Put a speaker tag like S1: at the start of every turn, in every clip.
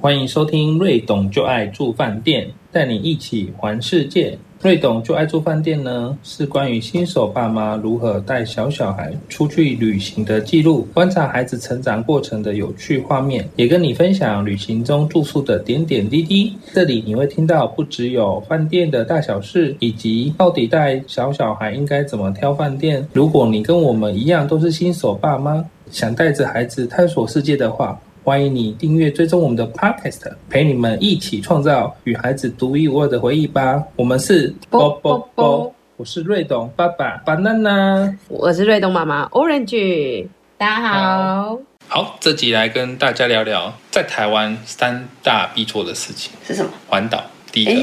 S1: 欢迎收听《瑞董就爱住饭店》，带你一起环世界。瑞董就爱住饭店呢，是关于新手爸妈如何带小小孩出去旅行的记录，观察孩子成长过程的有趣画面，也跟你分享旅行中住宿的点点滴滴。这里你会听到不只有饭店的大小事，以及到底带小小孩应该怎么挑饭店。如果你跟我们一样都是新手爸妈，想带着孩子探索世界的话，欢迎你订阅追踪我们的 Podcast，陪你们一起创造与孩子独一无二的回忆吧。我们是
S2: 啵啵啵，
S1: 我是瑞董爸爸 banana。
S2: 我是瑞东妈妈 Orange，大家好，
S1: 好，这集来跟大家聊聊在台湾三大必做的事情。
S3: 是什么？
S1: 环岛第一个，
S3: 哎、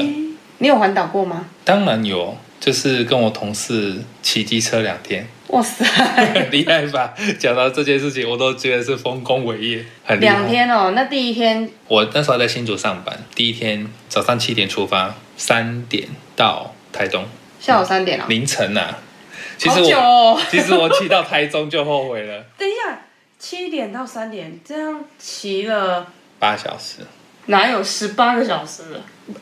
S3: 你有环岛过吗？
S1: 当然有，就是跟我同事骑机车两天，
S3: 哇塞，
S1: 厉害吧？讲到这件事情，我都觉得是丰功伟业，很厉害。
S3: 两天哦。那第一天
S1: 我那时候还在新竹上班，第一天早上七点出发，三点到台东，
S3: 下午三点了、
S1: 凌晨啊。其
S3: 好
S1: 实
S3: 久
S1: 我
S3: 哦。
S1: 其实我去到台中就后悔了，
S3: 等一下，七点到三点，这样骑了
S1: 八小时。
S3: 哪有十八个小时？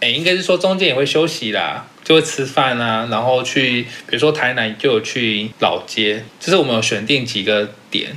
S1: 哎、应该是说中间也会休息啦，就会吃饭啊，然后去，比如说台南就有去老街，就是我们有选定几个点。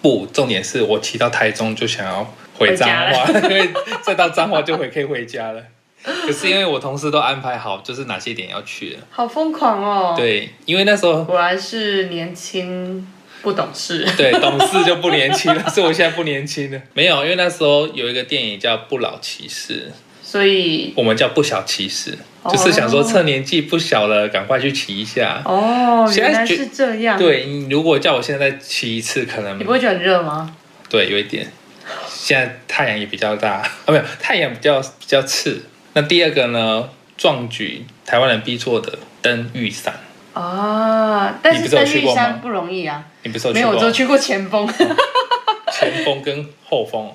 S1: 不，重点是我骑到台中就想要回彰化， 因为再到彰化就回可以回家了。可是因为我同事都安排好，就是哪些点要去了。
S3: 好疯狂哦！，
S1: 对，因为那时候
S3: 果然是年轻不懂事。
S1: 对，懂事就不年轻了，是 我现在不年轻了。没有，因为那时候有一个电影叫《不老骑士》，
S3: 所以
S1: 我们叫不小骑士，
S3: 哦
S1: 就是想说趁年纪不小了，赶快去骑一下。
S3: 哦，
S1: 现在
S3: 原来
S1: 觉
S3: 是这样。，
S1: 对，你如果叫我现在再骑一次，可能
S3: 你不会觉得很热吗？
S1: 对有一点。现在太阳也比较大， 啊，没有太阳比较比较刺。那第二个呢，壮举台湾人必做的登玉山，
S3: 啊，但
S1: 你不
S3: 是
S1: 是有
S3: 登
S1: 去
S3: 玉
S1: 过吗
S3: 山不容易啊。
S1: 你不是有
S3: 没
S1: 去
S3: 有，
S1: 过吗？
S3: 我只有去过前锋。
S1: 前锋跟后锋，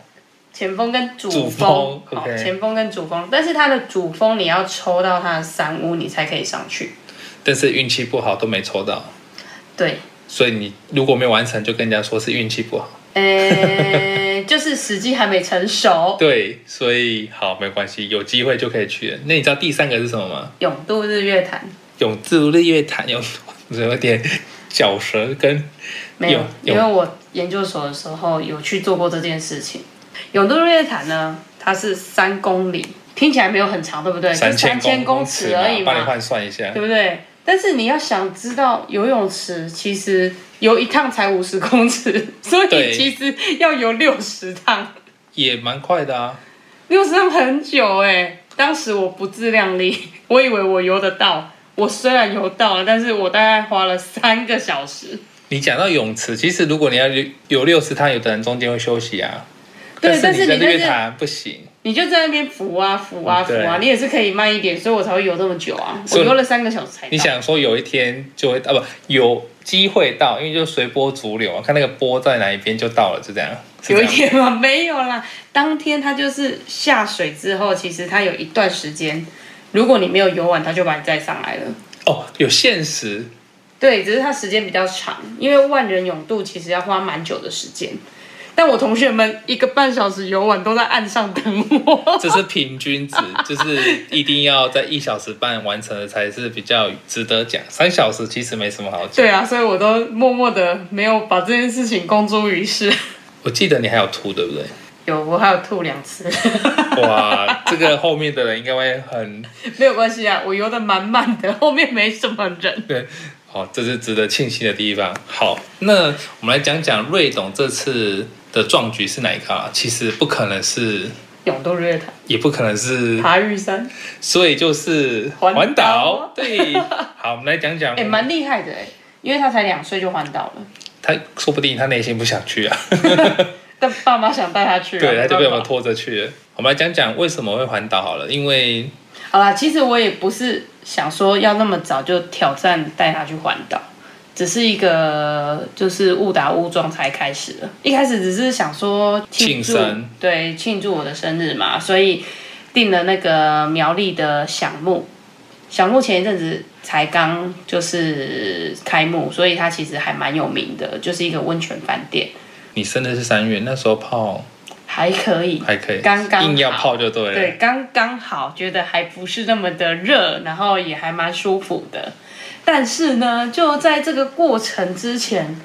S3: 前锋跟主
S1: 主
S3: 峰，
S1: 峰
S3: 好
S1: OK
S3: 前锋跟主峰，但是它的主峰你要抽到它的山屋，你才可以上去。
S1: 但是运气不好都没抽到，
S3: 对，
S1: 所以你如果没有完成，就跟人家说是运气不好。
S3: 呃、就是时机还没成熟。
S1: 对，所以好没关系，有机会就可以去了。那你知道第三个是什么吗？
S3: 永渡日月潭
S1: 永驻日月潭，有有点绞舌跟
S3: 没有
S1: 有，有
S3: 因为我研究所的时候有去做过这件事情。永渡日月潭呢，它是三公里，听起来没有很长，对不对？就
S1: 千
S3: 三千
S1: 公
S3: 尺而已
S1: 帮你
S3: 嘛，
S1: 换算一下
S3: 对，不对？但是你要想知道游泳池其实游一趟才五十公尺，所
S1: 对
S3: 以其实要游六十趟。
S1: 也蛮快的啊。
S3: 六十趟很久哎、当时我不自量力，我以为我游得到。我虽然游到了，但是我大概花了三个小时。
S1: 你讲到泳池，其实如果你要游有六十趟，有的人中间会休息啊。
S3: 对
S1: 但是
S3: 但是
S1: 你在
S3: 你那
S1: 日月
S3: 是
S1: 潭不行，
S3: 你就在那边浮啊浮啊浮啊，
S1: 嗯对
S3: 你也是可以慢一点，所以我才会游这么久啊。我
S1: 所以
S3: 游了三个小时才
S1: 你
S3: 到。
S1: 想说有一天就会到，啊，不有机会到，因为就随波逐流啊，看那个波在哪一边就到了，就这样。是
S3: 有
S1: 这
S3: 一
S1: 样
S3: 天吗？没有啦，当天它就是下水之后，其实它有一段时间，如果你没有游完，它就把你载上来了。
S1: 哦，有限时，
S3: 对，只是它时间比较长，因为万人泳渡其实要花蛮久的时间。但我同学们一个半小时游完都在岸上等我。
S1: 这是平均值，就是一定要在一小时半完成的才是比较值得讲。三小时其实没什么好讲。
S3: 对啊，所以我都默默的没有把这件事情公诸于世。
S1: 我记得你还有吐，对不 对？
S3: 有，我还有吐两次，
S1: 哇，这个后面的人应该会很
S3: 没有关系啊，我游的蛮慢的，后面没什么人。
S1: 对。好，哦这是值得庆幸的地方。好，那我们来讲讲瑞董这次的壮举是哪一个啊？其实不可能是，
S3: 永渡日月潭、
S1: 也不可能是，
S3: 爬玉山，
S1: 所以就是
S3: 环岛
S1: 环岛。 对，好，我们来讲讲。
S3: 哎、蛮厉害的哎、因为他才两岁就环岛了，
S1: 他说不定他内心不想去啊。
S3: 但爸妈想带他去、啊，
S1: 对，他就被我
S3: 没办
S1: 们
S3: 法
S1: 拖着去了。我们来讲讲为什么会环岛好了，因为
S3: 好啦，其实我也不是想说要那么早就挑战带他去环岛，只是一个就是误打误撞才开始的。一开始只是想说庆
S1: 庆
S3: 祝
S1: 生，
S3: 对，庆祝我的生日嘛，所以定了那个苗栗的响木。响木前一阵子才刚就是开幕，所以它其实还蛮有名的，就是一个温泉饭店。
S1: 你生的是三月，那时候泡
S3: 还还可以，
S1: 还可以，
S3: 刚刚好
S1: 硬要泡就对了。
S3: 对，刚刚好，觉得还不是那么的热，然后也还蛮舒服的。但是呢，就在这个过程之前，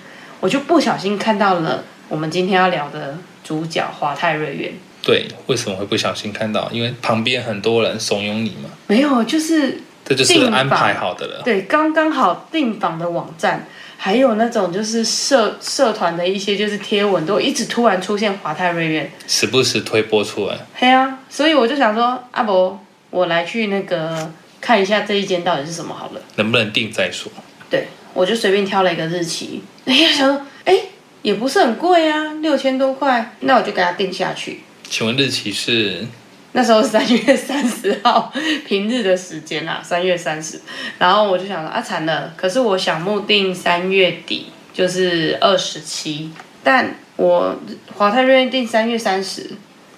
S3: 我就不小心看到了我们今天要聊的主角华泰瑞远。
S1: 对为什么会不小心看到？因为旁边很多人怂恿你嘛，
S3: 没有，就是
S1: 这就是安排好的了。
S3: 对，刚刚好订房的网站，还有那种就是社社团的一些就是贴文，都一直突然出现华泰瑞远。
S1: 时不时推播出来，
S3: 嘿啊，所以我就想说，阿、伯，我来去那个看一下这一间到底是什么好了。
S1: 能不能定再说？
S3: 对，我就随便挑了一个日期， 哎呀，想说，哎，也不是很贵啊，六千多块，那我就给它定下去。
S1: 请问日期是？
S3: 那时候三月三十号，平日的时间啦，三月三十。然后我就想说，啊，惨了，可是我想目定三月底，就是二十七，但我华泰瑞定三月三十，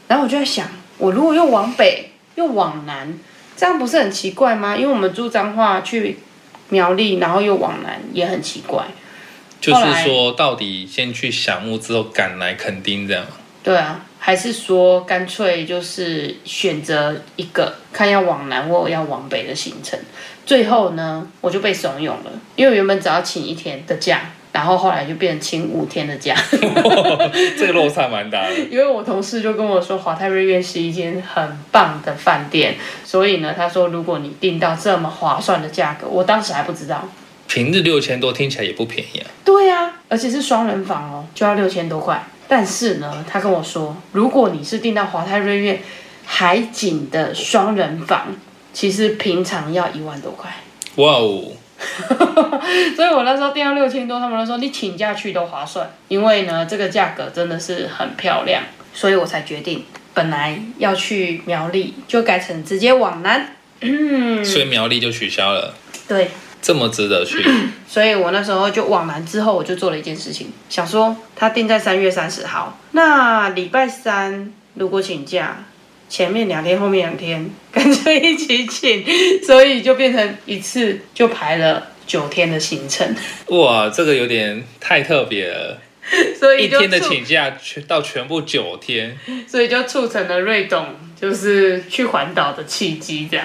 S3: 然后我就在想，我如果又往北又往南，这样不是很奇怪吗？因为我们住彰化去苗栗，然后又往南，也很奇怪。
S1: 就是说，到底先去小木之后赶来垦丁这样 吗？
S3: 对啊，还是说干脆就是选择一个看要往南或要往北的行程。最后呢，我就被怂恿了，因为我原本只要请一天的假，然后后来就变成请五天的假，
S1: 这个落差蛮大的。
S3: 因为我同事就跟我说，华泰瑞苑是一间很棒的饭店，所以呢，他说如果你订到这么划算的价格，我当时还不知道。
S1: 平日六千多听起来也不便宜啊。
S3: 对啊，而且是双人房哦，就要六千多块。但是呢，他跟我说，如果你是订到华泰瑞苑海景的双人房，其实平常要一万多块。
S1: 哇哦，
S3: 所以我那时候订到六千多，他们都说你请假去都划算，因为呢这个价格真的是很漂亮，所以我才决定，本来要去苗栗，就改成直接往南。
S1: 所以苗栗就取消了，
S3: 嗯对，
S1: 这么值得去？
S3: 所以我那时候就往南之后，我就做了一件事情，想说他定在三月三十号，那礼拜三如果请假，前面两天后面两天干脆一起请，所以就变成一次就排了九天的行程，
S1: 哇，这个有点太特别了。
S3: 所以
S1: 一
S3: 就
S1: 天的
S3: 促
S1: 请假全到全部九 天，
S3: 所以就促成了瑞董就是去环岛的契机，这样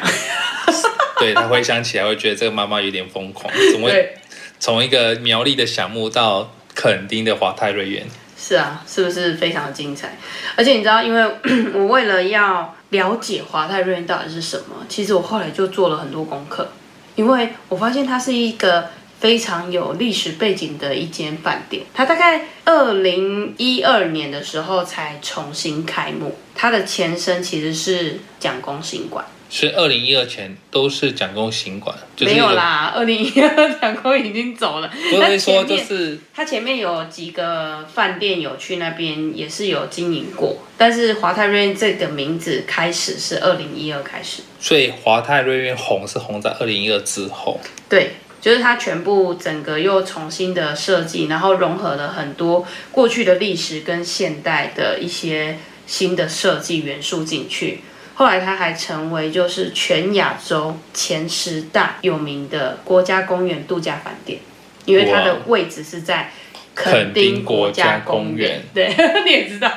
S1: 对他回想起来会觉得这个妈妈有点疯 狂，怎么会
S3: 对，
S1: 从一个苗栗的小木到垦丁的华泰瑞园？
S3: 是啊，是不是非常的精彩？而且你知道，因为 我为了要了解华泰瑞恩到底是什么，其实我后来就做了很多功课，因为我发现它是一个非常有历史背景的一间饭店，它大概二零一二年的时候才重新开幕，它的前身其实是蒋公行馆。
S1: 所以二零一二前都是蒋公行馆，就是
S3: 没
S1: 有
S3: 有啦，二零一二 蒋公已经走了。
S1: 不
S3: 那
S1: 会说
S3: 前
S1: 就
S3: 面
S1: 是
S3: 它前面有几个饭店有去那边，也是有经营过，但是华泰瑞这个名字开始是二零一二开始，
S1: 所以华泰瑞苑红是红在二零一二之后，
S3: 对，就是它全部整个又重新的设计，然后融合了很多过去的历史跟现代的一些新的设计元素进去。后来，它还成为就是全亚洲前十大有名的国家公园度假饭店，因为它的
S1: 哇
S3: 位置是在
S1: 垦
S3: 垦
S1: 丁
S3: 丁
S1: 国
S3: 国
S1: 家
S3: 家
S1: 公
S3: 公
S1: 园
S3: 园。 对，你也知道。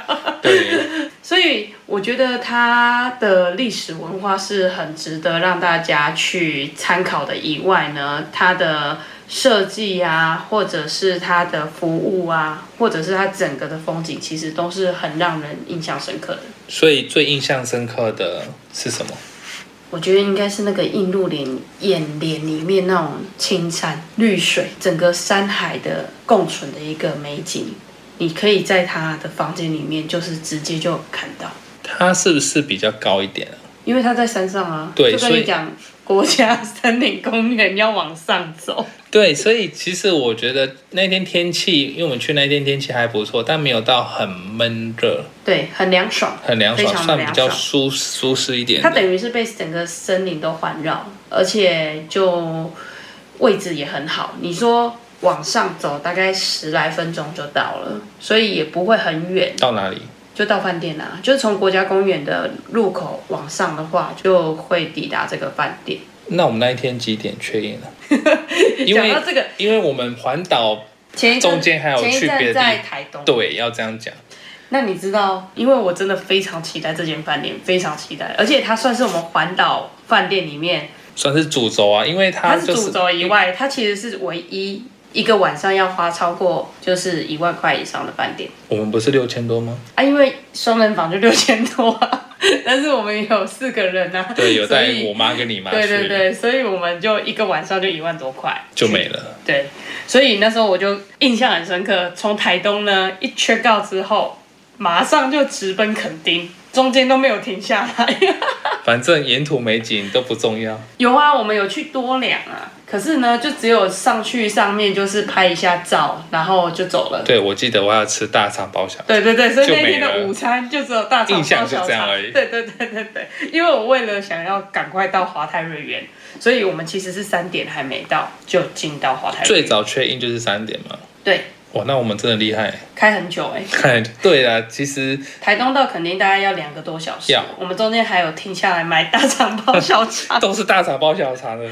S1: 对，
S3: 所以我觉得它的历史文化是很值得让大家去参考的。以外呢，它的设计啊，或者是它的服务啊，或者是它整个的风景，其实都是很让人印象深刻的。
S1: 所以最印象深刻的是什么？
S3: 我觉得应该是那个映入脸眼帘里面那种青山绿水，整个山海的共存的一个美景。你可以在它的房间里面，就是直接就看到。
S1: 它是不是比较高一点啊？
S3: 因为它在山上啊，
S1: 对
S3: 就
S1: 所
S3: 跟
S1: 以
S3: 你讲，国家森林公园要往上走，
S1: 对，所以其实我觉得那天天气，因为我们去那天天气还不错，但没有到很闷热，
S3: 对，很凉爽，
S1: 很凉爽
S3: 非，常
S1: 算
S3: 的
S1: 比
S3: 凉
S1: 较
S3: 爽
S1: 舒舒适一点
S3: 它
S1: 的。
S3: 等于是被整个森林都环绕，而且就位置也很好。你说往上走大概十来分钟就到了，所以也不会很远，
S1: 到哪里？
S3: 就到饭店啦、啊就是从国家公园的入口往上的话，就会抵达这个饭店。
S1: 那我们那一天几点确认了？因
S3: 讲
S1: 为
S3: 到这个，
S1: 因为我们环岛
S3: 前一阵
S1: 中间还有
S3: 前一
S1: 去别的地
S3: 阵在台东，
S1: 对，要这样讲。
S3: 那你知道，因为我真的非常期待这间饭店，非常期待，而且它算是我们环岛饭店里面，
S1: 算是主轴啊，因为它
S3: 它是
S1: 就是
S3: 主轴以外，它其实是唯一一个晚上要花超过就是一万块以上的饭店
S1: 我们不是六千多吗？
S3: 啊，因为双人房就六千多啊， 但是我们有四个人啊，
S1: 对，有
S3: 所
S1: 带
S3: 以
S1: 我妈跟你妈去，
S3: 对对对，所以我们就一个晚上就一万多块
S1: 就没了。
S3: 对，所以那时候我就印象很深刻。从台东呢一 check out 之后，马上就直奔垦丁，中间都没有停下来。
S1: 反正沿途美景都不重要，
S3: 有啊，我们有去多良啊，可是呢，就只有上去上面就是拍一下照，然后就走了。
S1: 对我记得我要吃大肠包小肠，
S3: 对对对，所以
S1: 就
S3: 那天
S1: 没了
S3: 的午餐就只有大肠包
S1: 印象就
S3: 小肠。
S1: 这样而已
S3: 对对对对对，因为我为了想要赶快到华泰瑞园，所以我们其实是三点还没到就进到华泰瑞园。
S1: 最早确印就是三点嘛。
S3: 对，
S1: 哇，那我们真的厉害。
S3: 开很久哎、
S1: 看，对啦，其实
S3: 台东到垦丁大概要两个多小时
S1: 要，
S3: 我们中间还有停下来买大肠包小 肠，
S1: 都是大肠包小肠的，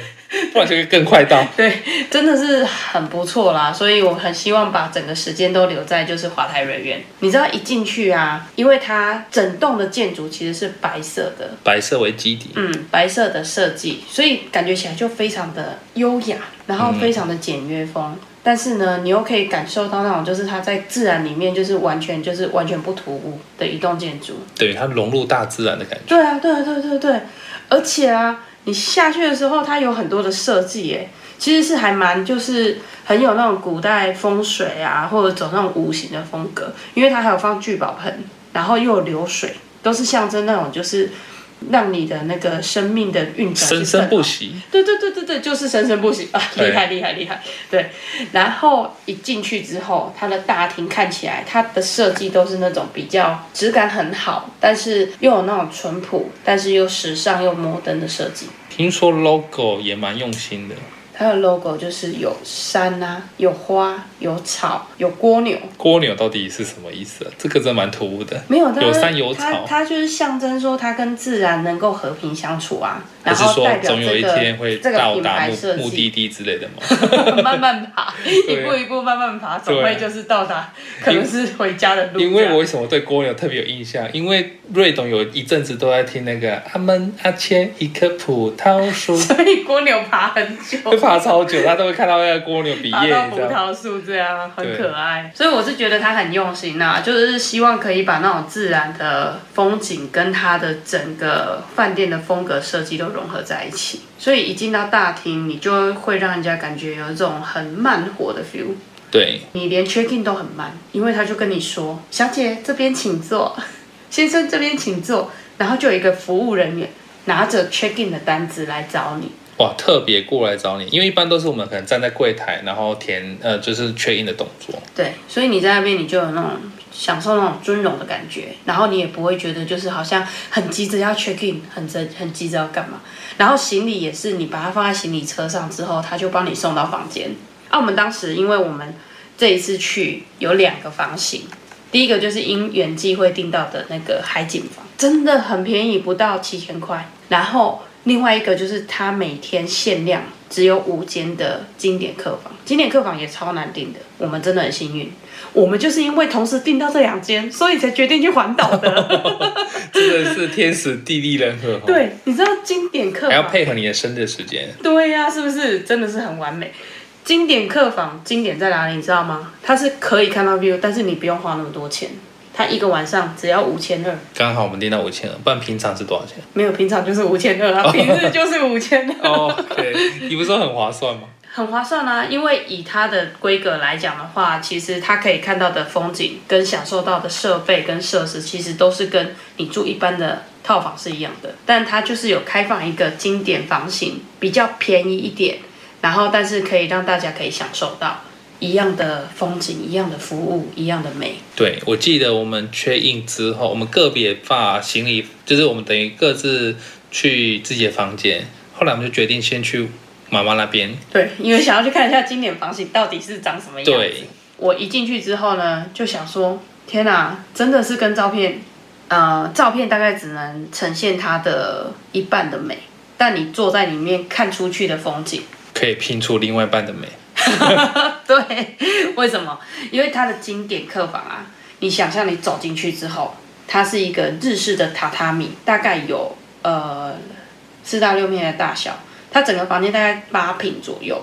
S1: 不然就会更快到。
S3: 对，真的是很不错啦。所以我很希望把整个时间都留在就是华泰瑞园。你知道一进去啊，因为它整栋的建筑其实是白色的，
S1: 白色为基底，
S3: 嗯，白色的设计，所以感觉起来就非常的优雅，然后非常的简约风。但是呢，你又可以感受到那种就是它在自然里面就是完全就是完全不突兀的一栋建筑。
S1: 对它融入大自然的感觉。
S3: 对啊，对啊，对对对，而且啊，你下去的时候，它有很多的设计，耶，其实是还蛮就是很有那种古代风水啊，或者走那种五行的风格，因为它还有放聚宝盆，然后又有流水，都是象征那种就是让你的那个生命的运转是
S1: 生生不
S3: 更好
S1: 息，
S3: 对对对对对，就是生生不息啊！
S1: 对
S3: 厉害厉害厉害！对，然后一进去之后，它的大厅看起来它的设计都是那种比较质感很好，但是又有那种淳朴，但是又时尚又摩登的设计。
S1: 听说 logo 也蛮用心的，
S3: 它的 logo 就是有山啊，有花，有草，有蜗牛，
S1: 蜗牛到底是什么意思、啊？这个真蛮突兀的。
S3: 没有它
S1: 有山有
S3: 它
S1: 草
S3: 它就是象征说它跟自然能够和平相处啊，
S1: 还
S3: 然
S1: 是
S3: 后
S1: 说
S3: 代表
S1: 总有
S3: 这
S1: 一
S3: 个
S1: 天会
S3: 这个
S1: 到
S3: 品
S1: 达
S3: 牌
S1: 目
S3: 设
S1: 目
S3: 计
S1: 的地之类的吗？
S3: 慢慢爬，一
S1: 对
S3: 步一步慢慢爬，总
S1: 对
S3: 会就是到达，可能是回家的路这 样。，
S1: 因为我为什么对蜗牛特别有印象？因为瑞董有一阵子都在听那个阿门阿切一棵葡萄树
S3: 所以蜗牛爬很久，
S1: 会爬超久，他都会看到那个蜗牛比
S3: 爬
S1: 耶，
S3: 到
S1: 你
S3: 葡
S1: 知道吗？
S3: 萄树这样，
S1: 对
S3: 很可爱。所以我是觉得他很用心啊，就是希望可以把那种自然的风景跟他的整个饭店的风格设计都融合在一起。所以一进到大厅，你就会让人家感觉有一种很慢活的 feel。
S1: 对，
S3: 你连 check in 都很慢，因为他就跟你说：“小姐这边请坐， 先生这边请坐。”然后就有一个服务人员拿着 check in 的单子来找你。
S1: 哇，特别过来找你，因为一般都是我们可能站在柜台，然后填呃就是确印的动作。
S3: 对，所以你在那边你就有那种享受那种尊荣的感觉，然后你也不会觉得就是好像很急着要 check in，很着很急着要干嘛。然后行李也是你把它放在行李车上之后，他就帮你送到房间。啊，我们当时因为我们这一次去有两个房型，第一个就是因缘际会订到的那个海景房，真的很便宜，不到七千块。然后另外一个就是它每天限量只有五间的经典客房，经典客房也超难订的，我们真的很幸运。我们就是因为同时订到这两间，所以才决定去 环岛的。
S1: 真的是天时地利人和，，
S3: 对，你知道经典客
S1: 还要
S3: 房
S1: 配合你的生日时间，
S3: 对呀、是不是真的是很完美？经典客房经典在哪里？你知道吗？它是可以看到 view，但是你不用花那么多钱，它一个晚上只要五千二，
S1: 刚好我们订到五千二，不然平常是多少钱
S3: 没有平常就是五千二 啊，平日就是五千二，
S1: 哦，对，你不是说很划算吗？
S3: 很划算啊。因为以它的规格来讲的话，其实它可以看到的风景跟享受到的设备跟设施，其实都是跟你住一般的套房是一样的，但它就是有开放一个经典房型，比较便宜一点，然后但是可以让大家可以享受到一样的风景、一样的服务、一样的美。
S1: 对，我记得我们确印之后，我们个别把行李，就是我们等于各自去自己的房间。后来我们就决定先去妈妈那边，
S3: 对，因为想要去看一下经典房型到底是长什么样子。
S1: 对，
S3: 我一进去之后呢，就想说，天哪、真的是跟照片，呃，照片大概只能呈现它的一半的美，但你坐在里面看出去的风景，
S1: 可以拼出另外一半的美。
S3: 对，为什么？因为它的经典客房啊，你想象你走进去之后，它是一个日式的榻榻米，大概有呃四到六面的大小，它整个房间大概八平左右，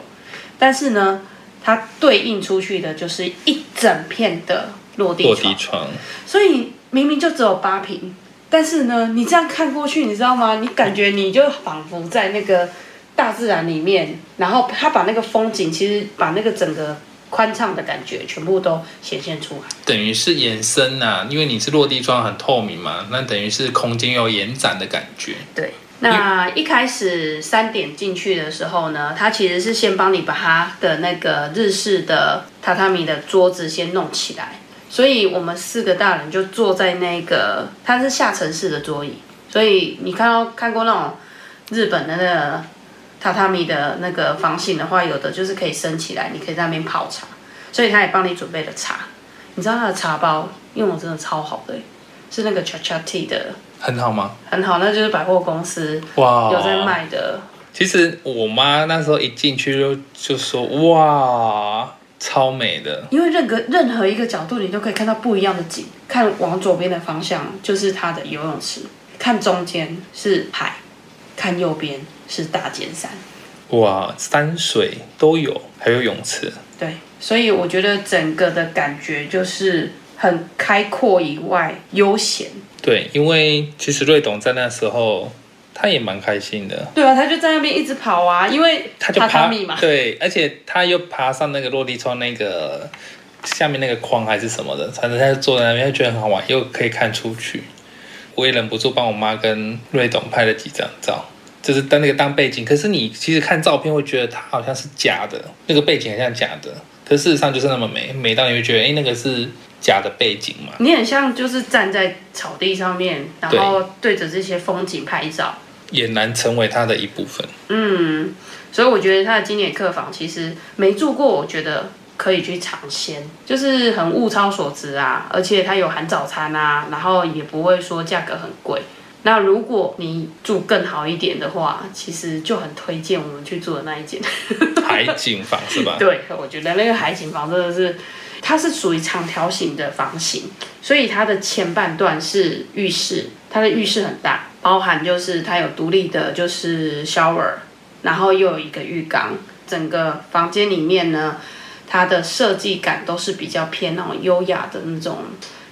S3: 但是呢，它对应出去的就是一整片的落地
S1: 落
S3: 窗
S1: 地，窗，
S3: 所以明明就只有八平，但是呢，你这样看过去，你知道吗？你感觉你就仿佛在那个大自然里面，然后他把那个风景，其实把那个整个宽敞的感觉全部都显现出来。
S1: 等于是延伸呐、因为你是落地窗很透明嘛，那等于是空间有延展的感觉。
S3: 对，那一开始三点进去的时候呢，他其实是先帮你把他的那个日式的榻榻米的桌子先弄起来，所以我们四个大人就坐在那个它是下沉式的桌椅，所以你看到看过那种日本的那个榻榻米的那个房型的话，有的就是可以升起来，你可以在那边泡茶，所以他也帮你准备了茶。你知道他的茶包用的真的超好的欸、是那个 Cha Cha Tea 的
S1: 很好吗？
S3: 很好，那就是百货公司
S1: 哇，
S3: 有在卖的，
S1: 其实我妈那时候一进去就就说哇，超美的，
S3: 因为任何任何一个角度你都可以看到不一样的景。看往左边的方向就是它的游泳池，看中间是海，看右边是大尖山。
S1: 哇，山水都有，还有泳池，
S3: 对，所以我觉得整个的感觉就是很开阔以外悠闲。
S1: 对，因为其实瑞董在那时候他也蛮开心的，
S3: 对啊，他就在那边一直跑啊，因为
S1: 他就
S3: 榻
S1: 爬
S3: 榻米嘛，
S1: 对，而且他又爬上那个落地窗那个下面那个框还是什么的，反正他就坐在那边，他觉得很好玩，又可以看出去。我也忍不住帮我妈跟瑞董拍了几张照，就是当那个当背景。可是你其实看照片会觉得它好像是假的，那个背景很像假的，可事实上就是那么美，美到你会觉得哎、诶那个是假的背景嘛。
S3: 你很像就是站在草地上面，然后对着这些风景拍照。
S1: 也难成为它的一部分。
S3: 嗯，所以我觉得它的经典客房其实没住过，我觉得可以去尝鲜，就是很物超所值啊，而且它有含早餐啊，然后也不会说价格很贵。那如果你住更好一点的话，其实就很推荐我们去住的那一间。
S1: 海景房是吧？
S3: 对，我觉得那个海景房真的是，它是属于长条形的房型，所以它的前半段是浴室，它的浴室很大，包含就是它有独立的就是 shower，然后又有一个浴缸，整个房间里面呢，它的设计感都是比较偏那种优雅的那种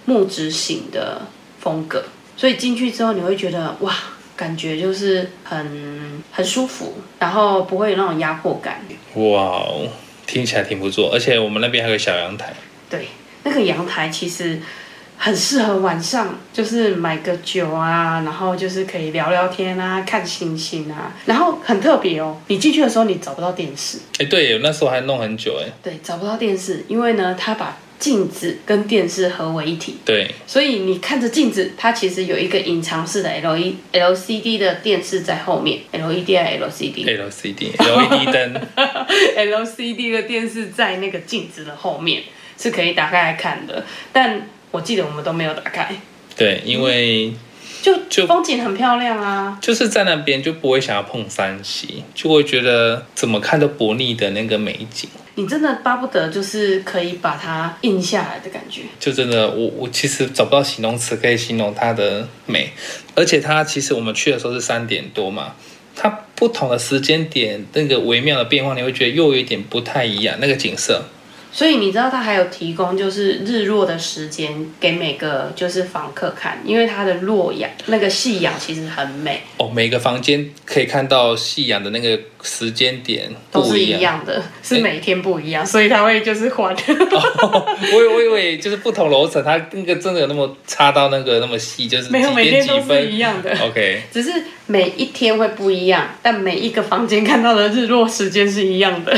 S3: 木质型的风格，所以进去之后你会觉得哇。感觉就是很很舒服，然后不会有那种压迫感。
S1: 哇哦，听起来挺不错，而且我们那边还有个小阳台。
S3: 对，那个阳台其实很适合晚上，就是买个酒啊，然后就是可以聊聊天啊，看星星啊，然后很特别哦。你进去的时候你找不到电视，
S1: 哎、对，那时候还弄很久哎。
S3: 对，找不到电视，因为呢，它把镜子跟电视合为一体。
S1: 对，
S3: 所以你看着镜子，它其实有一个隐藏式的 L E L C D 的电视在后面，L E D 还 L C D
S1: LCD、LED E 灯，
S3: L C D 的电视在那个镜子的后面是可以打开来看的，但我记得我们都没有打开，
S1: 对，因为
S3: 就
S1: 就
S3: 风景很漂亮啊。
S1: 就是在那边就不会想要碰山西，就会觉得怎么看都不腻的那个美景，
S3: 你真的巴不得就是可以把它印下来的感觉。
S1: 就真的我我其实找不到形容词可以形容它的美，而且它其实我们去的时候是三点多嘛。它不同的时间点，那个微妙的变化，你会觉得又有一点不太一样。那个景色，
S3: 所以你知道它还有提供就是日落的时间给每个就是访客看，因为它的落阳那个夕阳其实很美，
S1: 哦，每个房间可以看到夕阳的那个时间点
S3: 都
S1: 不
S3: 是
S1: 一
S3: 一
S1: 样。哎
S3: 样的，是每天不一样，所以它会就是 换。
S1: 我以我以为就是不同楼层，它那个真的有那么差到那个那么细，就是
S3: 没有
S1: 几
S3: 每天
S1: 点
S3: 都
S1: 几
S3: 是
S1: 分
S3: 一样的。
S1: OK，
S3: 只是每一天会不一样，但每一个房间看到的日落时间是一样的。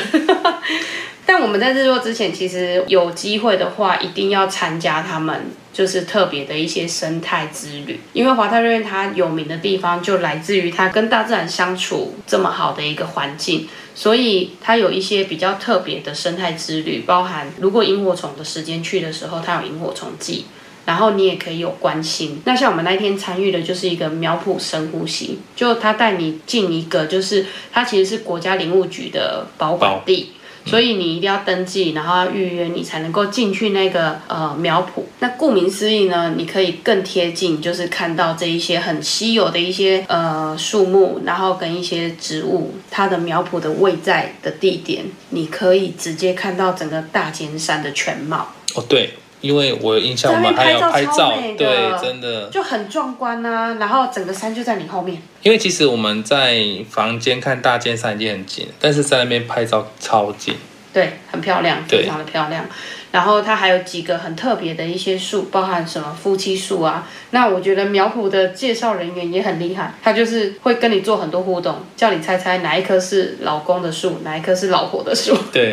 S3: 但我们在日落之前，其实有机会的话，一定要参加他们就是特别的一些生态之旅，因为华泰瑞它有名的地方就来自于它跟大自然相处这么好的一个环境，所以它有一些比较特别的生态之旅，包含如果萤火虫的时间去的时候，它有萤火虫季，然后你也可以有关心。那像我们那一天参与的就是一个苗圃深呼吸，就他带你进一个，就是它其实是国家林务局的保管地，所以你一定要登记，然后要预约，你才能够进去那个呃苗圃。那顾名思义呢，你可以更贴近，就是看到这一些很稀有的一些呃树木，然后跟一些植物，它的苗圃的位在的地点，你可以直接看到整个大尖山的全貌，
S1: 哦，对，因为我有印象
S3: 在
S1: 我
S3: 那
S1: 们
S3: 边
S1: 还有
S3: 拍
S1: 拍
S3: 照
S1: 照
S3: 超美，的
S1: 对，真的，
S3: 就很壮观啊。然后整个山就在你后面，
S1: 因为其实我们在房间看大尖山已经很近，但是在那边拍照超近。
S3: 对，很漂亮，
S1: 对
S3: 非常的漂亮。然后它还有几个很特别的一些树，包含什么夫妻树啊。那我觉得苗圃的介绍人员也很厉害，他就是会跟你做很多互动，叫你猜猜哪一棵是老公的树，哪一棵是老婆的树。
S1: 对，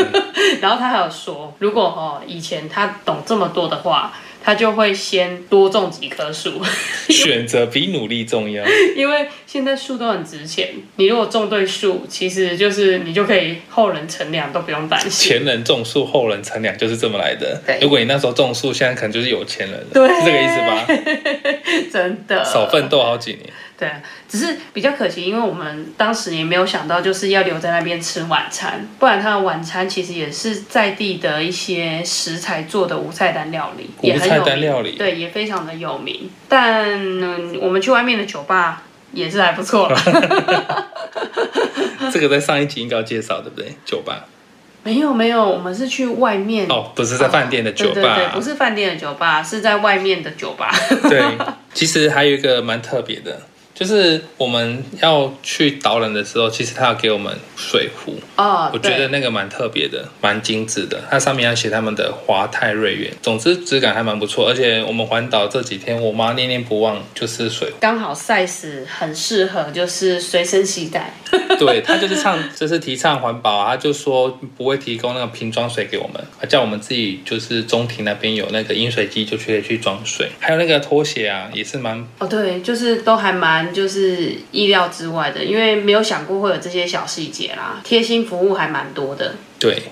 S3: 然后他还有说，如果哦以前他懂这么多的话，他就会先多种几棵树，
S1: 选择比努力重要。
S3: 因为现在树都很值钱。你如果种对树，其实就是你就可以后人乘凉都不用担心。
S1: 前人种树，后人乘凉，就是这么来的
S3: 对。
S1: 如果你那时候种树，现在可能就是有钱人了，
S3: 对
S1: 是这个意思吧？
S3: 真的，
S1: 少奋斗好几年。
S3: 对，啊只是比较可惜，因为我们当时也没有想到就是要留在那边吃晚餐，不然他的晚餐其实也是在地的一些食材做的无菜单料理，也很有
S1: 无菜单
S3: 名
S1: 料理
S3: 对，也非常的有名。但、嗯、我们去外面的酒吧也是还不 错了，
S1: 这个在上一集应该有介绍，对不对？酒吧
S3: 没有没有，我们是去外面。
S1: 哦，不是在饭店的酒
S3: 对对对，
S1: 吧
S3: 不。是饭店的酒吧，是在外面的酒吧。
S1: 对，其实还有一个蛮特别的，就是我们要去导览的时候，其实他要给我们水壶，
S3: 哦，
S1: 我觉得
S3: 对
S1: 那个蛮特别的，蛮精致的。它上面要写他们的华泰瑞园，总之质感还蛮不错。而且我们环岛这几天，我妈念念不忘就是水
S3: 刚好 size 很适合，就是随身携带。
S1: 壶，对她就是倡就是提倡环保啊，她就说不会提供那个瓶装水给我们，叫我们自己就是中庭那边有那个饮水机，就去去装水。还有那个拖鞋啊，也是蛮
S3: 哦，对，就是都还蛮就是意料之外的，因为没有想过会有这些小细节啦，贴心服务还蛮多的。
S1: 对。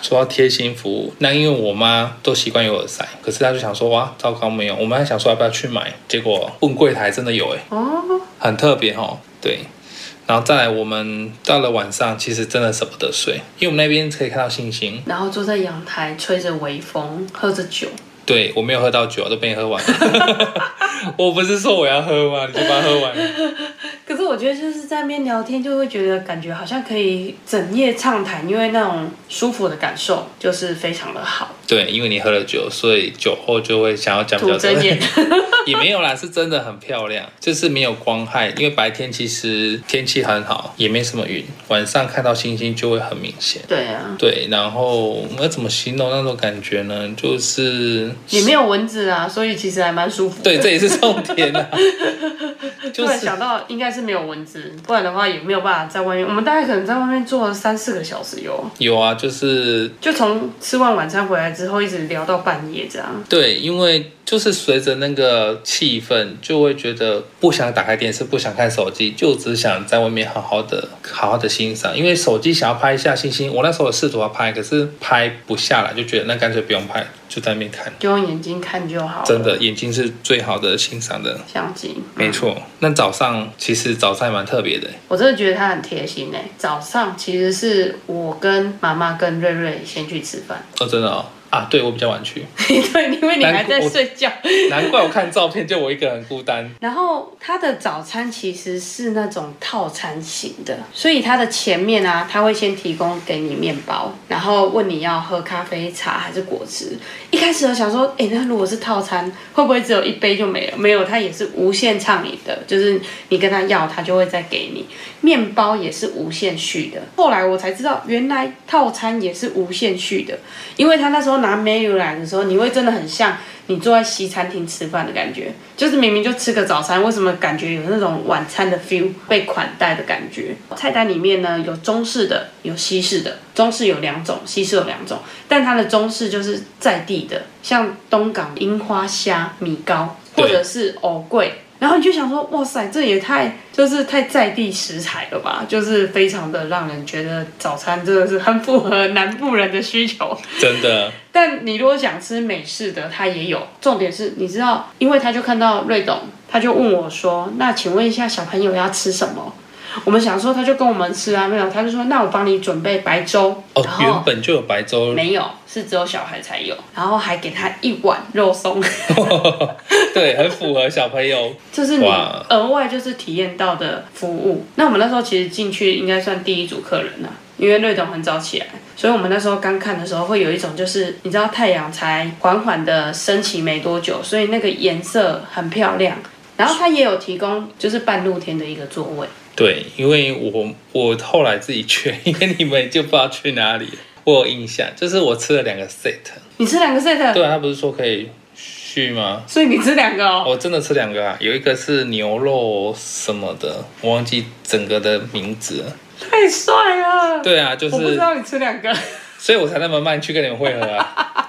S1: 说到贴心服务，那因为我妈都习惯有耳塞，可是她就想说哇，糟糕没有，我们还想说要不要去买，结果问柜台真的有哎、
S3: 哦，
S1: 很特别哦，对。然后再来，我们到了晚上，其实真的舍不得睡，因为我们那边可以看到星星。
S3: 然后坐在阳台吹着微风，喝着酒，
S1: 对我没有喝到酒，都被你喝完 了。我不是说我要喝吗？你就把它喝完。
S3: 可是我觉得就是在那边聊天，就会觉得感觉好像可以整夜畅谈，因为那种舒服的感受就是非常的好。
S1: 对，因为你喝了酒，所以酒后就会想要讲比
S3: 吐
S1: 较多
S3: 真。 言，
S1: 也没有啦，是真的很漂亮，就是没有光害，因为白天其实天气很好，也没什么云，晚上看到星星就会很明显。
S3: 对啊，
S1: 对，然后我们要怎么形容那种感觉呢？就是
S3: 也没有蚊子啊，所以其实还蛮舒服的。
S1: 对，这也是重点 啊，就
S3: 突然
S1: 是
S3: 想到，应该是没有蚊子，不然的话也没有办法在外面。我们大概可能在外面坐了三四个小时有，
S1: 有啊，就是
S3: 就从吃完晚餐回来之后，一直聊到半夜这样。
S1: 对，因为就是随着那个气氛，就会觉得不想打开电视，不想看手机，就只想在外面好好的、好好的欣赏。因为手机想要拍一下星星，我那时候有试图要拍，可是拍不下来，就觉得那干脆不用拍，就在那边看。
S3: 就用眼睛看就好了。
S1: 真的，眼睛是最好的欣赏的，
S3: 相机，
S1: 没错。
S3: 嗯
S1: 那早上其实早上还蛮特别的，
S3: 我真的觉得他很贴心哎、早上其实是我跟妈妈跟瑞瑞先去吃 饭，
S1: 哦，真的哦。啊，对我比较晚去，
S3: 对，因为你还在睡觉。
S1: 难怪我看照片就我一个人孤单。
S3: 然后它的早餐其实是那种套餐型的，所以它的前面啊，它会先提供给你面包，然后问你要喝咖啡、茶还是果汁。一开始我想说，哎，那如果是套餐，会不会只有一杯就没了？没有，它也是无限畅饮的，就是你跟他要，他就会再给你。面包也是无限续的。后来我才知道，原来套餐也是无限续的，因为他那时候拿 menu 来的时候，你会真的很像你坐在西餐厅吃饭的感觉，就是明明就吃个早餐，为什么感觉有那种晚餐的 feel 被款待的感觉？菜单里面呢有中式的，有西式的，中式有两种，西式有两种，但它的中式就是在地的，像东港樱花虾米糕，或者是藕桂。然后你就想说，哇塞，这也太就是太在地食材了吧，就是非常的让人觉得早餐真的是很符合南部人的需求。
S1: 真的，
S3: 但你如果想吃美式的，它也有。重点是，你知道，因为他就看到瑞董，他就问我说：“那请问一下，小朋友要吃什么？”我们想说他就跟我们吃啊，没有，他就说那我帮你准备白粥，
S1: 哦
S3: 然，
S1: 原
S3: 后
S1: 本就有白粥，
S3: 没有，是只有小孩才有，然后还给他一碗肉松，
S1: 对，很符合小朋友。
S3: 这是你
S1: 哇
S3: 额外就是体验到的服务。那我们那时候其实进去应该算第一组客人了、因为瑞董很早起来，所以我们那时候刚看的时候会有一种就是你知道太阳才缓缓的升起没多久，所以那个颜色很漂亮。然后它也有提供就是半露天的一个座位，
S1: 对，因为我我后来自己 去，因为你们就不知道去哪里，我有印象，就是我吃了两个 set，
S3: 你吃两个 set，
S1: 对啊，他不是说可以续吗？
S3: 所以你吃两个哦。
S1: 我真的吃两个啊，有一个是牛肉什么的，我忘记整个的名字了。
S3: 太帅了！
S1: 对啊，就
S3: 我不知
S1: 是，
S3: 道你吃 两个，
S1: 所以我才那么慢去跟你们会合 啊。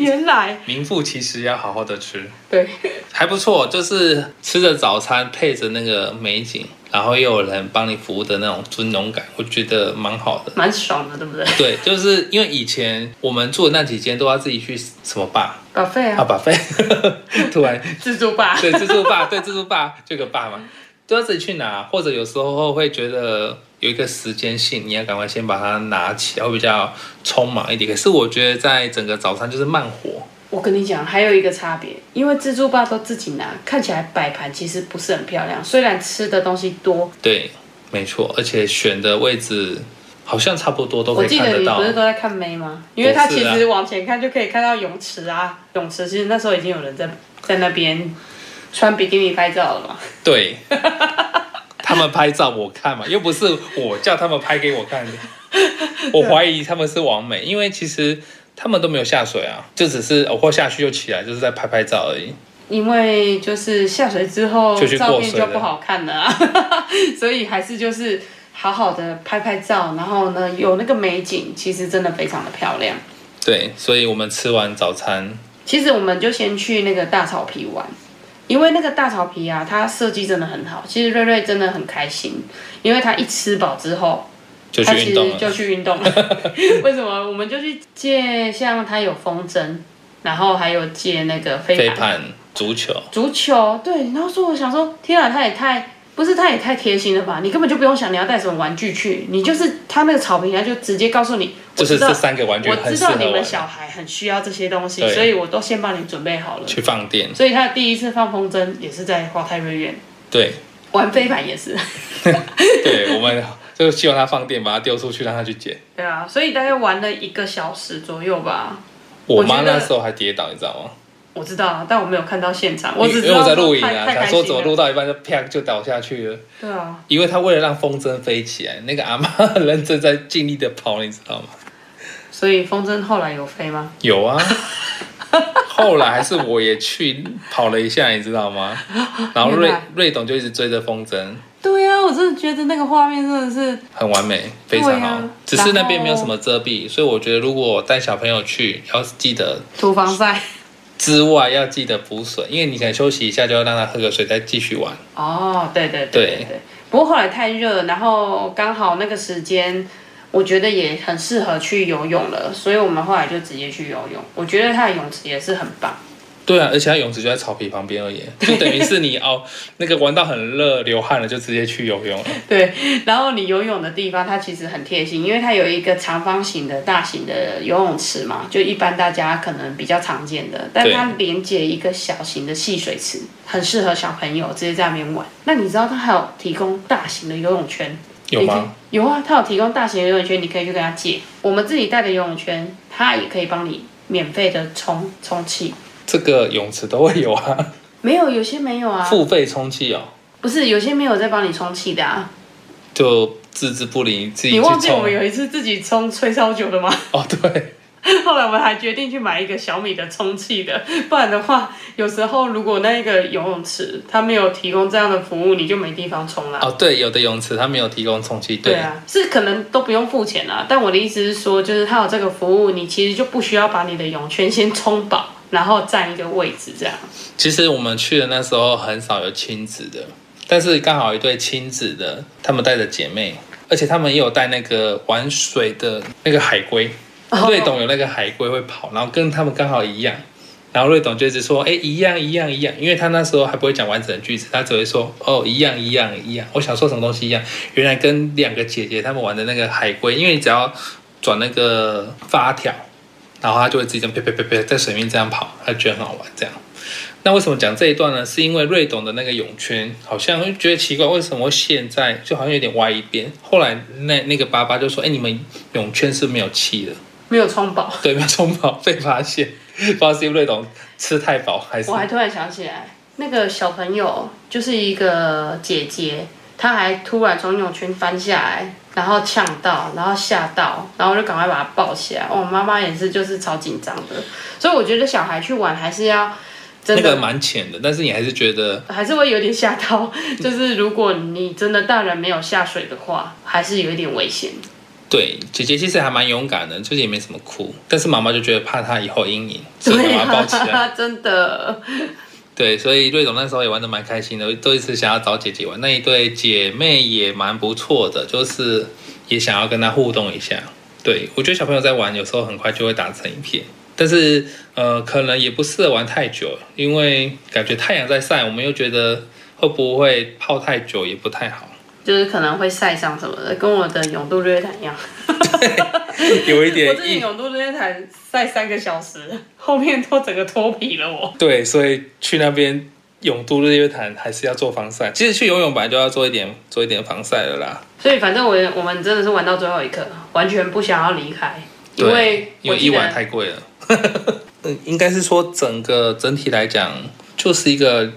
S3: 原来
S1: 名副其实，要好好的吃，
S3: 对，
S1: 还不错。就是吃着早餐，配着那个美景，然后又有人帮你服务的那种尊荣感，我觉得蛮好的。
S3: 蛮爽的，对不对？
S1: 对，就是因为以前我们住的那几间都要自己去什么吧
S3: 保费
S1: 啊，
S3: 啊，
S1: 把费， 突然
S3: 自助吧，
S1: 对自助吧，对自助吧，就有个吧嘛，都要自己去拿，或者有时候会觉得有一个时间性，你要赶快先把它拿起来，会比较匆忙一点。可是我觉得在整个早餐就是慢活，
S3: 我跟你讲，还有一个差别，因为自助吧都自己拿，看起来摆盘其实不是很漂亮，虽然吃的东西多。
S1: 对，没错，而且选的位置好像差不多都可
S3: 我
S1: 以
S3: 记
S1: 看
S3: 得
S1: 得
S3: 你
S1: 到
S3: 不。是都在看妹吗？因为他
S1: 不是
S3: 其
S1: 啊
S3: 实往前看就可以看到泳池啊，泳池其实那时候已经有人在在那边穿比基尼拍照了嘛。
S1: 对， 他们拍照我看嘛，又不是我叫他们拍给我 看的。我怀疑他们是完美，因为其实他们都没有下水啊，就只是我或下去又起来，就是在拍拍照而已。
S3: 因为就是下水之后
S1: 就去过
S3: 照片
S1: 水
S3: 就
S1: 了
S3: 不好看了、啊， 所以还是就是好好的拍拍照，然后呢有那个美景，其实真的非常的漂亮。
S1: 对，所以我们吃完早餐，
S3: 其实我们就先去那个大草皮玩，因为那个大草皮啊，它设计真的很好。其实瑞瑞真的很开心，因为他一吃饱之后，
S1: 就去
S3: 他其
S1: 运动
S3: 实
S1: 了。
S3: 就去运动了。 为什么？我们就去借，像他有风筝，然后还有借那个飞
S1: 飞
S3: 盘。
S1: 盘、足球，
S3: 足球，对。然后说我想说，天啊，他也太不是他也太贴心了吧？你根本就不用想你要带什么玩具去，你就是他那个草坪，他就直接告诉你，我
S1: 就是
S3: 知道
S1: 这三个玩具
S3: 我
S1: 很
S3: 知
S1: 适
S3: 道
S1: 合
S3: 你们
S1: 玩，
S3: 小孩很需要这些东西，
S1: 对
S3: 所以我都先帮你准备好了。
S1: 去放电。
S3: 所以他的第一次放风筝也是在花泰瑞苑，
S1: 对，
S3: 玩飞盘也是。
S1: 对，我们就希望他放电，把它丢出去，让他去捡。
S3: 对啊，所以大概玩了一个小时左右吧。
S1: 我
S3: 我觉
S1: 妈
S3: 得
S1: 那时候还跌倒，你知道吗？
S3: 我知道啊，但我没有看到现场，我只
S1: 因
S3: 知
S1: 为
S3: 道
S1: 我在
S3: 说
S1: 录影
S3: 太
S1: 啊，
S3: 太
S1: 想
S3: 开
S1: 说
S3: 心
S1: 怎么
S3: 了。
S1: 录到一半就啪就倒下去了。
S3: 对啊，
S1: 因为他为了让风筝飞起来，那个阿妈 很认真在尽力的跑，你知道吗？
S3: 所以风筝后来有飞吗？
S1: 有啊， 后来还是我也去跑了一下，你知道 吗？然后瑞
S3: 原来
S1: 瑞董就一直追着风筝，
S3: 对啊，我真的觉得那个画面真的是
S1: 很完美，非常好。
S3: 对啊
S1: 只是那边没有什么遮蔽，所以我觉得如果我带小朋友去，要记得
S3: 涂防晒。
S1: 之外要记得补水，因为你想休息一下，就要让他喝个水再继续玩。
S3: 哦，对对
S1: 对
S3: 对对。不过后来太热，然后刚好那个时间，我觉得也很适合去游泳了，所以我们后来就直接去游泳。我觉得它的泳池也是很棒。
S1: 对啊，而且他泳池就在草皮旁边而已，就等于是你哦，那个玩到很热流汗了，就直接去游泳了。
S3: 对， 然后你游泳的地方，它其实很贴心，因为它有一个长方形的大型的游泳池嘛，就一般大家可能比较常见的，但
S1: 对
S3: 它连接一个小型的戏水池，很适合小朋友直接在那边玩。那你知道它还有提供大型的游泳圈？
S1: 有
S3: 你可
S1: 吗？
S3: 以？有啊，它有提供大型的游泳圈，你可以去跟他借。我们自己带的游泳圈，它也可以帮你免费的充充气。
S1: 这个泳池都会有 啊。
S3: 没有，有些没有啊，
S1: 付费充气哦，
S3: 不是有些没有在帮你充气的啊。
S1: 就置之不理，自己
S3: 你
S1: 去
S3: 忘记我
S1: 充啊
S3: 们有一次自己充吹烧酒的吗？
S1: 哦，对，
S3: 后来我们还决定去买一个小米的充气的，不然的话，有时候如果那个游泳池它没有提供这样的服务，你就没地方冲啦。
S1: 哦对，有的泳池它没有提供充气，对，
S3: 啊，是可能都不用付钱啦。但我的意思是说，就是它有这个服务，你其实就不需要把你的泳圈先充饱，然后占一个位置这样。
S1: 其实我们去的那时候很少有亲子的，但是刚好一对亲子的，他们带着姐妹，而且他们也有带那个玩水的那个海龟，对，懂有那个海龟会跑，然后跟他们刚好一样，然后瑞董就一直说，哎，一样一样一样，因为他那时候还不会讲完整的句子，他只会说，哦，一样一样一样。我想说什么东西一样，原来跟两个姐姐她们玩的那个海龟，因为你只要转那个发条，然后它就会自己这样啪啪啪啪在水面这样跑，它觉得很好玩这样。那为什么讲这一段呢？是因为瑞董的那个泳圈好像就觉得奇怪，为什么现在就好像有点歪一边？后来那那个爸爸就说：“哎、你们泳圈是没有气的，
S3: 没有充饱。
S1: 对，没有充饱被发现，不知道是因为瑞董吃太饱还是
S3: 我……还突然想起来，那个小朋友就是一个姐姐，她还突然从泳圈翻下来，然后呛到，然后吓到，然后我就赶快把她抱起来。哦，妈妈也是，就是超紧张的。所以我觉得小孩去玩还是要真
S1: 那
S3: 的
S1: 个蛮浅的，但是你还是觉得
S3: 还是会有点吓到， 就是如果你真的大人没有下水的话，还是有一点危险。
S1: 对姐姐其实还蛮勇敢的，就是也没什么哭，但是妈妈就觉得怕她以后阴影，所以把她抱起来。
S3: 啊， 真的，
S1: 对，所以瑞总那时候也玩的蛮开心的，都一直想要找姐姐玩。那一对姐妹也蛮不错的，就是也想要跟她互动一下。对我觉得小朋友在玩，有时候很快就会打成一片，但是呃，可能也不适合玩太久，因为感觉太阳在晒，我们又觉得会不会泡太久也不太好，
S3: 就是可能会晒伤什么的，跟我的泳渡日月潭一样。
S1: 有一点
S3: 我自己
S1: 意。
S3: 泳渡这些台晒三个小时， 后面都整个脱皮了我。
S1: 对，所以去那边泳渡日月潭还是要做防晒。其实去游泳本来就要做一点做一点防晒了啦。
S3: 所以反正我我们真的是玩到最后一刻，完全不想要离开，因为
S1: 对因
S3: 我
S1: 为
S3: 记
S1: 一
S3: 得
S1: 碗太贵了。 嗯，应该是说整个整体来讲，就是一个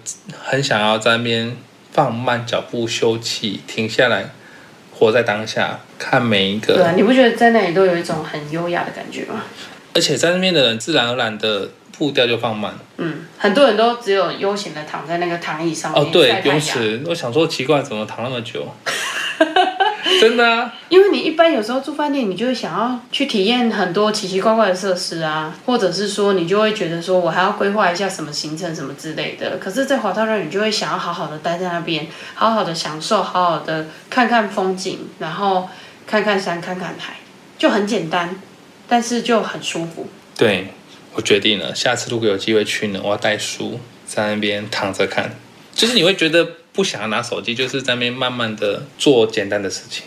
S1: 很想要在那边放慢脚步、休憩、停下来，活在当下，看每一
S3: 对
S1: 个，，
S3: 啊你不觉得在那里都有一种很优雅的感觉吗？
S1: 而且在那边的人自然而然的步调就放慢。
S3: 嗯，很多人都只有悠闲的躺在那个躺椅上面
S1: 哦，对
S3: 晒，太
S1: 泳
S3: 阳，
S1: 池，我想说奇怪，怎么躺那么久？ 真的啊，
S3: 因为你一般有时候住饭店，你就会想要去体验很多奇奇怪怪的设施啊，或者是说你就会觉得说我还要规划一下什么行程什么之类的。可是，在滑道上，你就会想要好好的待在那边，好好的享受，好好的看看风景，然后看看山，看看海，就很简单，但是就很舒服。
S1: 对我决定了，下次如果有机会去呢，我要带书在那边躺着看，就是你会觉得不想要拿手机，就是在那边慢慢的做简单的事情。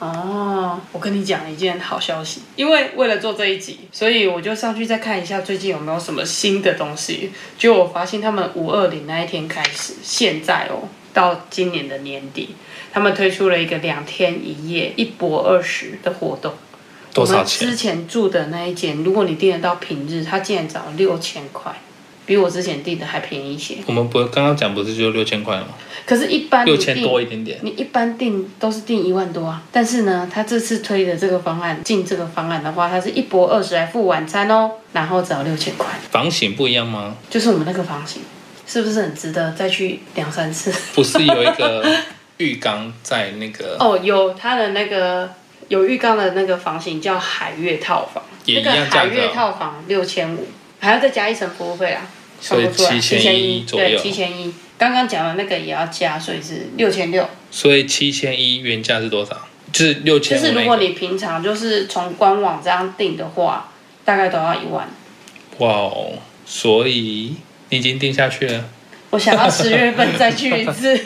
S3: 哦，我跟你讲一件好消息，因为为了做这一集，所以我就上去再看一下最近有没有什么新的东西。结果我发现他们五二零那一天开始，现在哦，到今年的年底，他们推出了一个两天一夜一博二十的活动。
S1: 多
S3: 我
S1: 少
S3: 们之
S1: 钱？
S3: 前住的那一间，如果你订得到平日，它竟然只要六千块，比我之前订的还便宜一些。
S1: 我们不刚刚讲不是就六千块吗？
S3: 可是，一般
S1: 六
S3: 你
S1: 千
S3: 订
S1: 多一点点。
S3: 你一般定都是定一万多啊，但是呢，他这次推的这个方案，进这个方案的话，他是一博二十来付晚餐哦，然后只要六千块，
S1: 房型不一样吗？
S3: 就是我们那个房型，是不是很值得再去两三次？
S1: 不是有一个浴缸在那个，
S3: 哦，有他的那个有浴缸的那个房型叫海月套房，
S1: 也
S3: 那
S1: 一样
S3: 个海
S1: 价格
S3: 月
S1: 哦
S3: 套房六千五，还要再加一层服务费啊，
S1: 所以
S3: 算不出来
S1: 7100
S3: 7100
S1: 左右
S3: 对，七千一。刚刚讲的那个也要加，所以是六千六。
S1: 所以七千一原价是多少？就是六
S3: 就
S1: 千
S3: 是
S1: 五
S3: 如
S1: 那
S3: 果
S1: 个。
S3: 你平常就是从官网这样订的话，大概都要一万。
S1: 哇哦！所以你已经定下去了，
S3: 我想要十月份再去一 次，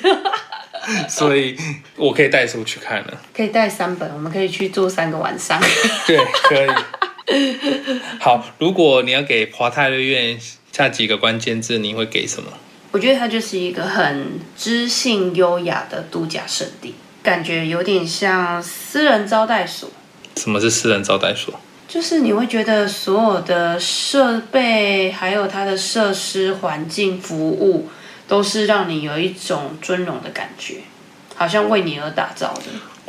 S1: 所以我可以带书去看了。
S3: 可以带三本，我们可以去住三个晚上。
S1: 对，可以。好，如果你要给华泰瑞院下几个关键字，你会给什么？
S3: 我觉得它就是一个很知性优雅的度假胜地，感觉有点像私人招待所，
S1: 什么是私人招待所？
S3: 就是你会觉得所有的设备还有它的设施、环境、服务，都是让你有一种尊荣的感觉，好像为你而打造的。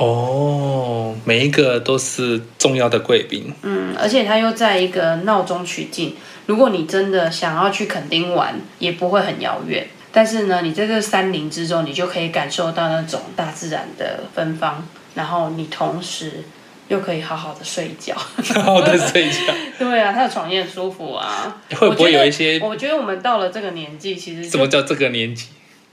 S1: 哦，每一个都是重要的贵宾。
S3: 嗯，而且它又在一个闹中取静。如果你真的想要去垦丁玩，也不会很遥远。但是呢，你在这山林之中，你就可以感受到那种大自然的芬芳，然后你同时又可以好好的睡一觉。
S1: 然后在睡觉，
S3: 对啊，它的床也很舒服啊。
S1: 会不会有一些
S3: 我觉得？我觉得我们到了这个年纪， 其实就
S1: 什么叫这个年纪？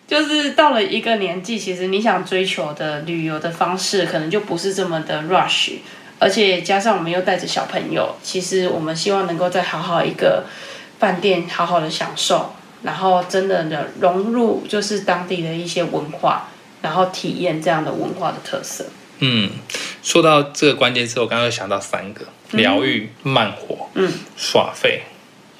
S3: 就是到了一个年纪，其实你想追求的旅游的方式，可能就不是这么的 rush，而且加上我们又带着小朋友，其实我们希望能够再好好一个饭店好好的享受，然后真的的融入就是当地的一些文化，然后体验这样的文化的特色。
S1: 嗯，说到这个关键字，我刚刚又想到三个：疗愈、慢活、
S3: 嗯，
S1: 耍废。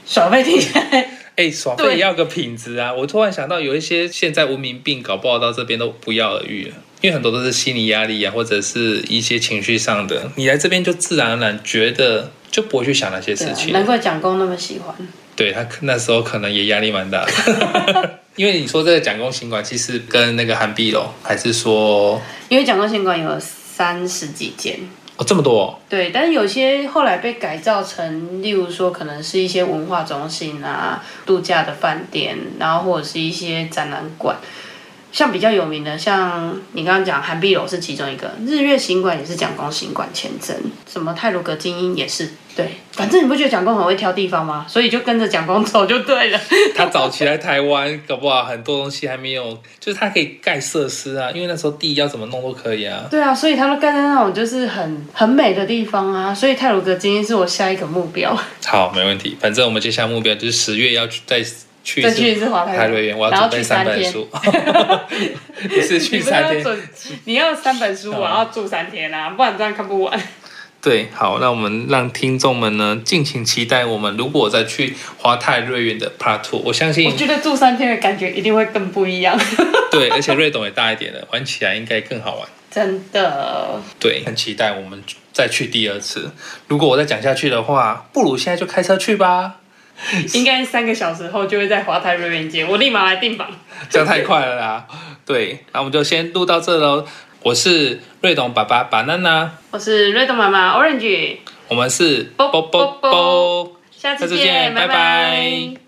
S3: 爽费听起来，
S1: 哎，耍
S3: 对
S1: 废也要个品质啊！我突然想到，有一些现在文明病搞不好到这边都不药而愈了，因为很多都是心理压力啊，或者是一些情绪上的。你来这边就自然而然觉得就不会去想那些
S3: 对
S1: 事
S3: 啊
S1: 情。
S3: 难怪蒋公那么喜欢。
S1: 对他可那时候可能也压力蛮大 的，因为你说这个蒋公行馆其实跟那个韩碧楼，还是说
S3: 因为蒋公县馆有三十几间，
S1: 哦这么多哦、
S3: 对，但是有些后来被改造成，例如说可能是一些文化中心啊、度假的饭店，然后或者是一些展览馆。像比较有名的，像你刚刚讲韩碧楼是其中一个，日月行馆也是蒋公行馆前身，什么泰鲁阁精英也是，对，反正你不觉得蒋公很会挑地方吗？所以就跟着蒋公走就对了。
S1: 他早期来台湾，搞不好很多东西还没有，就是他可以盖设施啊，因为那时候地要怎么弄都可以啊。
S3: 对啊，所以他都盖在那种就是很很美的地方啊，所以泰鲁阁精英是我下一个目标，
S1: 好，没问题，反正我们接下来目标就是十月要去再去
S3: 再去一
S1: 次
S3: 次华
S1: 台瑞园，我
S3: 然
S1: 要
S3: 后
S1: 准备
S3: 去
S1: 三
S3: 三
S1: 本
S3: 天。
S1: 书， 你是去
S3: 你不是
S1: 三
S3: 要
S1: 天？
S3: 准，你要三本书，
S1: 好
S3: 我要住三天 啊，不然这样看不完。
S1: 嗯对，好，那我们让听众们呢尽情期待我们如果再去华泰瑞园的 Part Two，我相
S3: 我
S1: 信
S3: 觉得住三天的感觉一定会更不 一样，
S1: 对，而且瑞董也大一点了，玩起来应该更好玩。
S3: 真的。
S1: 对，很期待我们再去第二次。如果我再讲下去的话，不如现在就开车去吧，
S3: 应该三个小时后就会在华泰瑞园街，我立马来订房。
S1: 这样太快了啦。对，那我们就先录到这喽。我是瑞董爸爸 banana，
S3: 我是瑞东妈妈 Orange，
S1: 我们是
S3: 啵啵啵
S1: 啵啵啵
S3: 下次
S1: 下次见
S3: 见，
S1: 拜拜
S3: 拜